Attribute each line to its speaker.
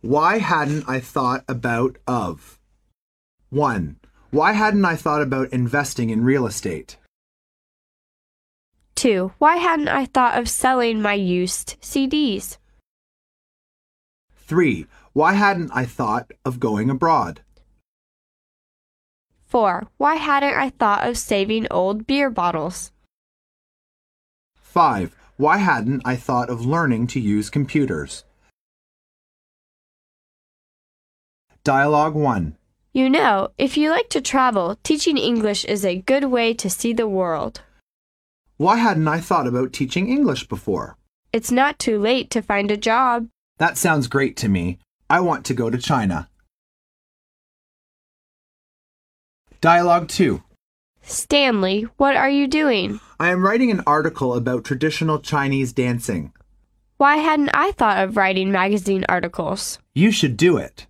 Speaker 1: Why hadn't I thought about of? One. Why hadn't I thought about investing in real estate?
Speaker 2: 2. Why hadn't I thought of selling my used CDs?
Speaker 1: 3. Why hadn't I thought of going abroad?
Speaker 2: 4. Why hadn't I thought of saving old beer bottles?
Speaker 1: 5. Why hadn't I thought of learning to use computers? Dialogue 1.
Speaker 2: You know, if you like to travel, teaching English is a good way to see the world.
Speaker 1: Why hadn't I thought about teaching English before?
Speaker 2: It's not too late to find a job.
Speaker 1: That sounds great to me. I want to go to China. Dialogue 2.
Speaker 2: Stanley, what are you doing?
Speaker 1: I am writing an article about traditional Chinese dancing.
Speaker 2: Why hadn't I thought of writing magazine articles?
Speaker 1: You should do it.